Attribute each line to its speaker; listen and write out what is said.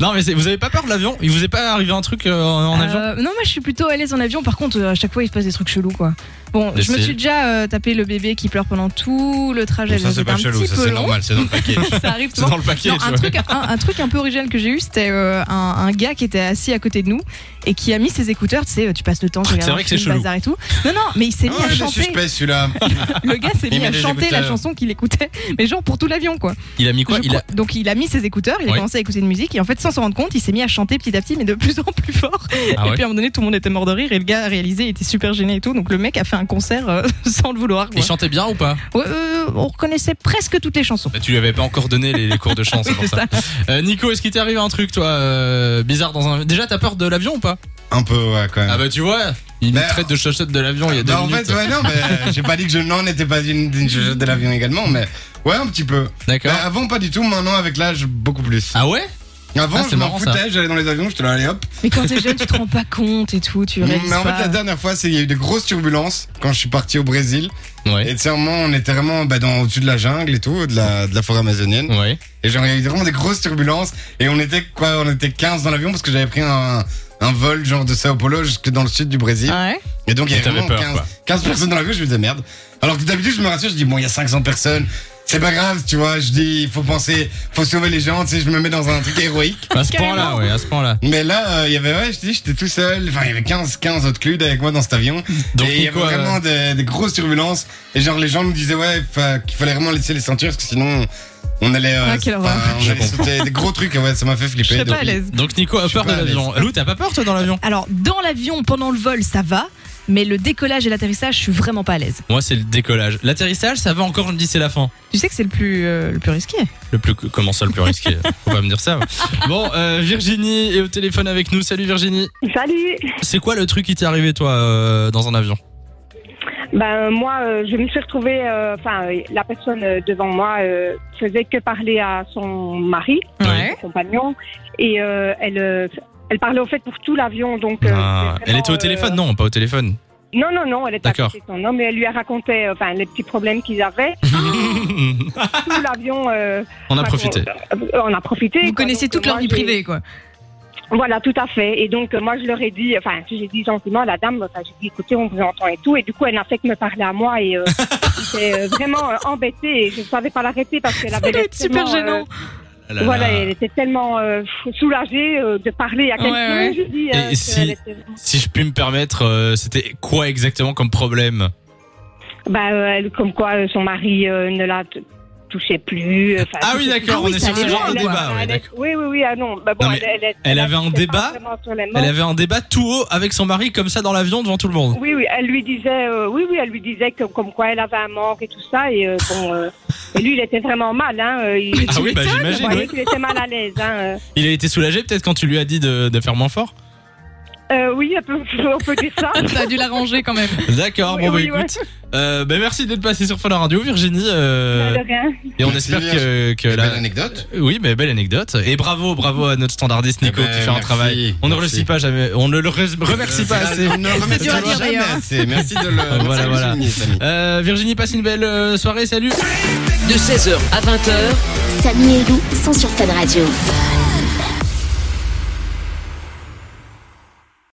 Speaker 1: Non, mais c'est- vous avez pas peur de l'avion Il vous est pas arrivé un truc euh, en en avion
Speaker 2: Euh, non, moi je suis plutôt à l'aise en avion. Par contre, euh, à chaque fois, il se passe des trucs chelous, quoi. Bon,
Speaker 1: Des
Speaker 2: je me
Speaker 1: styles.
Speaker 2: suis déjà euh, tapé le bébé qui pleure pendant tout le trajet.
Speaker 3: ça,
Speaker 2: donc
Speaker 3: c'est
Speaker 2: c'était
Speaker 3: pas
Speaker 2: un
Speaker 3: chelou,
Speaker 2: petit
Speaker 3: ça,
Speaker 2: peu
Speaker 3: c'est
Speaker 2: long.
Speaker 3: normal, c'est dans le paquet.
Speaker 2: ça arrive
Speaker 1: C'est
Speaker 2: souvent.
Speaker 1: dans le paquet.
Speaker 2: Non,
Speaker 1: tu
Speaker 2: un,
Speaker 1: vois.
Speaker 2: truc, un, un truc un peu original que j'ai eu, c'était euh, un, un gars qui était assis à côté de nous et qui a mis ses écouteurs. Tu sais, tu passes le temps, tu
Speaker 1: C'est
Speaker 2: regardes
Speaker 1: vrai
Speaker 2: un
Speaker 1: que c'est
Speaker 2: film
Speaker 1: chelou. bah,
Speaker 2: bazar et tout. Non, non, mais il s'est mis
Speaker 3: Ah,
Speaker 2: à
Speaker 3: il est
Speaker 2: chanter.
Speaker 3: suspect celui-là.
Speaker 2: Le gars s'est
Speaker 3: Il
Speaker 2: mis
Speaker 3: met
Speaker 2: à
Speaker 3: des
Speaker 2: chanter la
Speaker 3: écouteurs.
Speaker 2: chanson qu'il écoutait, mais genre pour tout l'avion, quoi.
Speaker 1: Il a mis quoi
Speaker 2: Je
Speaker 1: Il a-
Speaker 2: crois- Donc il a mis ses écouteurs, il a
Speaker 1: Oui.
Speaker 2: commencé à écouter une musique et en fait sans s'en rendre compte, il s'est mis à chanter petit à petit mais de plus en plus fort.
Speaker 1: Ah
Speaker 2: et
Speaker 1: ouais
Speaker 2: puis à un moment donné tout le monde était mort de rire et le gars a réalisé, il était super gêné et tout. Donc le mec a fait un concert euh, sans le vouloir. quoi.
Speaker 1: Il chantait bien ou pas
Speaker 2: Ouais, euh, on reconnaissait presque toutes les chansons.
Speaker 1: Bah, Tu lui avais pas encore donné les, les cours de chant, c'est
Speaker 2: Oui,
Speaker 1: pour
Speaker 2: c'est
Speaker 1: ça. Euh, Nico, est-ce qu'il t'est arrivé un truc, toi, euh, bizarre dans un. Déjà, t'as peur de l'avion ou pas
Speaker 3: Un peu, ouais, quand même.
Speaker 1: Ah bah tu vois, il
Speaker 3: Bah,
Speaker 1: nous traite de chochette de l'avion il y a deux
Speaker 3: Bah, en
Speaker 1: minutes.
Speaker 3: fait, ouais, non, mais j'ai pas dit que je n'en étais pas une, une jaugeote de l'avion également, mais ouais, un petit peu.
Speaker 1: D'accord.
Speaker 3: Bah, avant, pas du tout, maintenant, avec l'âge, beaucoup plus.
Speaker 1: Ah ouais
Speaker 3: Avant,
Speaker 1: Ah, c'est
Speaker 3: je m'en
Speaker 1: marrant, ça.
Speaker 3: foutais, j'allais dans les avions, j'étais là, allez hop.
Speaker 2: Mais quand t'es jeune tu te rends pas compte et tout, tu réalises
Speaker 3: Mais en
Speaker 2: pas.
Speaker 3: fait, la dernière fois, c'est il y a eu de grosses turbulences quand je suis parti au Brésil.
Speaker 1: Ouais.
Speaker 3: Et tu sais, un moment, on était vraiment bah, dans, au-dessus de la jungle et tout, de la, de la forêt amazonienne.
Speaker 1: Ouais.
Speaker 3: Et genre, il y a eu vraiment des grosses turbulences. Et on était quoi On était 15 dans l'avion parce que j'avais pris un, un vol genre de Sao Paulo jusque dans le sud du Brésil.
Speaker 2: Ah Ouais.
Speaker 3: Et donc, il y
Speaker 1: Et
Speaker 3: avait
Speaker 1: t'avais
Speaker 3: vraiment
Speaker 1: peur,
Speaker 3: 15,
Speaker 1: quoi.
Speaker 3: 15 personnes dans la rue, je me disais merde. Alors que d'habitude, je me rassure, je dis bon, il y a 500 personnes, c'est pas grave, tu vois. Je dis, il faut penser, faut sauver les gens, tu sais, je me mets dans un truc héroïque.
Speaker 1: À ce point-là, ouais, à ce point-là.
Speaker 3: Mais là, euh, il y avait, ouais, je dis, j'étais tout seul. Enfin, il y avait 15, 15 autres cludes avec moi dans cet avion.
Speaker 1: Donc,
Speaker 3: et il y avait
Speaker 1: Nico, euh,
Speaker 3: vraiment des, des grosses turbulences. Et genre, les gens nous disaient, ouais, fa- qu'il fallait vraiment laisser les ceintures, parce que sinon, on allait, euh,
Speaker 2: Ah, quelle horreur.
Speaker 3: enfin, on
Speaker 1: Je
Speaker 3: allait
Speaker 1: comprends.
Speaker 3: sauter des gros trucs. Ouais, ça m'a fait
Speaker 2: Je
Speaker 3: flipper.
Speaker 2: serais
Speaker 3: donc-
Speaker 2: pas à l'aise.
Speaker 1: Donc Nico a
Speaker 3: Je suis
Speaker 1: peur de
Speaker 3: pas à l'aise.
Speaker 1: l'avion. Lou, t'as pas peur toi dans l'avion
Speaker 2: Alors dans l'avion pendant le vol ça va, mais le décollage et l'atterrissage je suis vraiment pas à l'aise.
Speaker 1: Moi, c'est le décollage. L'atterrissage, ça va encore, je me dis, c'est la fin.
Speaker 2: Tu sais que c'est le plus euh, le plus risqué.
Speaker 1: Le plus, comment ça, le plus risqué Faut pas me dire ça. ouais. Bon, euh, Virginie est au téléphone avec nous. Salut Virginie.
Speaker 4: Salut.
Speaker 1: C'est quoi le truc qui t'est arrivé, toi, euh, dans un avion
Speaker 4: Ben moi, euh, je me suis retrouvée. euh, Enfin, euh, la personne euh, devant moi euh, faisait que parler à son mari,
Speaker 1: Oui.
Speaker 2: Ouais.
Speaker 4: son compagnon, et euh, elle, euh, elle parlait au fait pour tout l'avion. Donc, euh,
Speaker 1: Ah,
Speaker 4: c'était
Speaker 1: Elle était au
Speaker 4: vraiment,
Speaker 1: téléphone
Speaker 4: euh,
Speaker 1: Non, pas au téléphone.
Speaker 4: Non, non, non, elle était à
Speaker 1: D'accord.
Speaker 4: côté de son homme et elle lui a raconté, euh, enfin, les petits problèmes qu'ils avaient. tout l'avion. euh,
Speaker 1: On a
Speaker 4: enfin,
Speaker 1: profité.
Speaker 4: qu'on- euh, on a profité.
Speaker 2: Vous
Speaker 4: quoi.
Speaker 2: connaissez
Speaker 4: Donc, euh,
Speaker 2: toute leur
Speaker 4: moi,
Speaker 2: vie
Speaker 4: j'ai-
Speaker 2: privée quoi.
Speaker 4: Voilà, tout à fait. Et donc, euh, moi, je leur ai dit, enfin, j'ai dit gentiment à la dame, enfin, j'ai dit, écoutez, on vous entend et tout. Et du coup, elle n'a fait que me parler à moi et euh, j'étais euh, vraiment euh, embêtée et je ne savais pas l'arrêter parce qu'elle avait.
Speaker 2: Ça doit
Speaker 4: l'air
Speaker 2: être super
Speaker 4: tellement,
Speaker 2: gênant.
Speaker 1: Ah là
Speaker 4: euh,
Speaker 1: là.
Speaker 4: voilà, elle était tellement euh, fou- soulagée euh, de parler à
Speaker 2: Ouais,
Speaker 4: quelqu'un.
Speaker 2: ouais.
Speaker 4: Je dis, euh,
Speaker 1: Et
Speaker 4: que
Speaker 1: si-
Speaker 4: elle était vraiment-
Speaker 1: Si je puis me permettre, euh, c'était quoi exactement comme problème
Speaker 4: bah, euh, elle- comme quoi euh, son mari euh, ne la t- touchait plus. euh, enfin,
Speaker 1: Ah oui,
Speaker 4: tout-
Speaker 1: d'accord,
Speaker 2: Ah oui,
Speaker 1: on est
Speaker 2: ça
Speaker 1: sur ce
Speaker 2: allait
Speaker 1: genre de
Speaker 2: loin,
Speaker 4: quoi.
Speaker 1: débat. ouais,
Speaker 4: Elle est-
Speaker 1: d'accord.
Speaker 4: oui, oui, oui, ah non. Bah, bon,
Speaker 1: Non, mais
Speaker 4: elle, elle-
Speaker 1: elle avait un
Speaker 4: insistait pas
Speaker 1: débat
Speaker 4: vraiment sur les mots.
Speaker 1: Elle avait un débat tout haut avec son mari, comme ça, dans l'avion, devant tout le monde.
Speaker 4: Oui, oui, elle lui disait, euh, oui, oui, elle lui disait que, comme quoi elle avait un manque et tout ça. Et euh, bon, euh, et lui, il était vraiment mal. Hein, euh, il,
Speaker 1: Ah oui, bah
Speaker 4: vous
Speaker 1: j'imagine.
Speaker 4: voyez
Speaker 1: oui.
Speaker 4: qu'il était mal à l'aise. Hein, euh.
Speaker 1: Il a été soulagé peut-être quand tu lui as dit de, de faire moins fort.
Speaker 4: Euh, oui, on peut, on peut dire ça.
Speaker 2: Ça a dû l'arranger quand même.
Speaker 1: D'accord,
Speaker 4: Oui,
Speaker 1: bon bah
Speaker 4: oui, ouais.
Speaker 1: écoute. Euh, bah, merci d'être passé sur Fun Radio, Virginie. euh,
Speaker 4: Bah, De rien.
Speaker 1: et on
Speaker 3: Merci,
Speaker 1: espère que, que
Speaker 3: Belle
Speaker 1: la-
Speaker 3: anecdote.
Speaker 1: Oui, mais belle anecdote. Et bravo, bravo à notre standardiste Nico
Speaker 3: Eh ben,
Speaker 1: qui fait un
Speaker 3: merci,
Speaker 1: travail. On ne le
Speaker 3: merci.
Speaker 1: remercie pas jamais. On ne le re- remercie pas assez.
Speaker 3: Euh, On ne le remercie
Speaker 2: dur à dire,
Speaker 3: jamais
Speaker 2: d'ailleurs.
Speaker 3: assez. Merci de le.
Speaker 1: Voilà,
Speaker 3: de le
Speaker 1: voilà.
Speaker 3: souligner, Samy.
Speaker 1: Euh, Virginie, passe une belle euh, soirée. Salut.
Speaker 5: De 16h à 20h,
Speaker 6: Samy et Lou sont sur Fan Radio.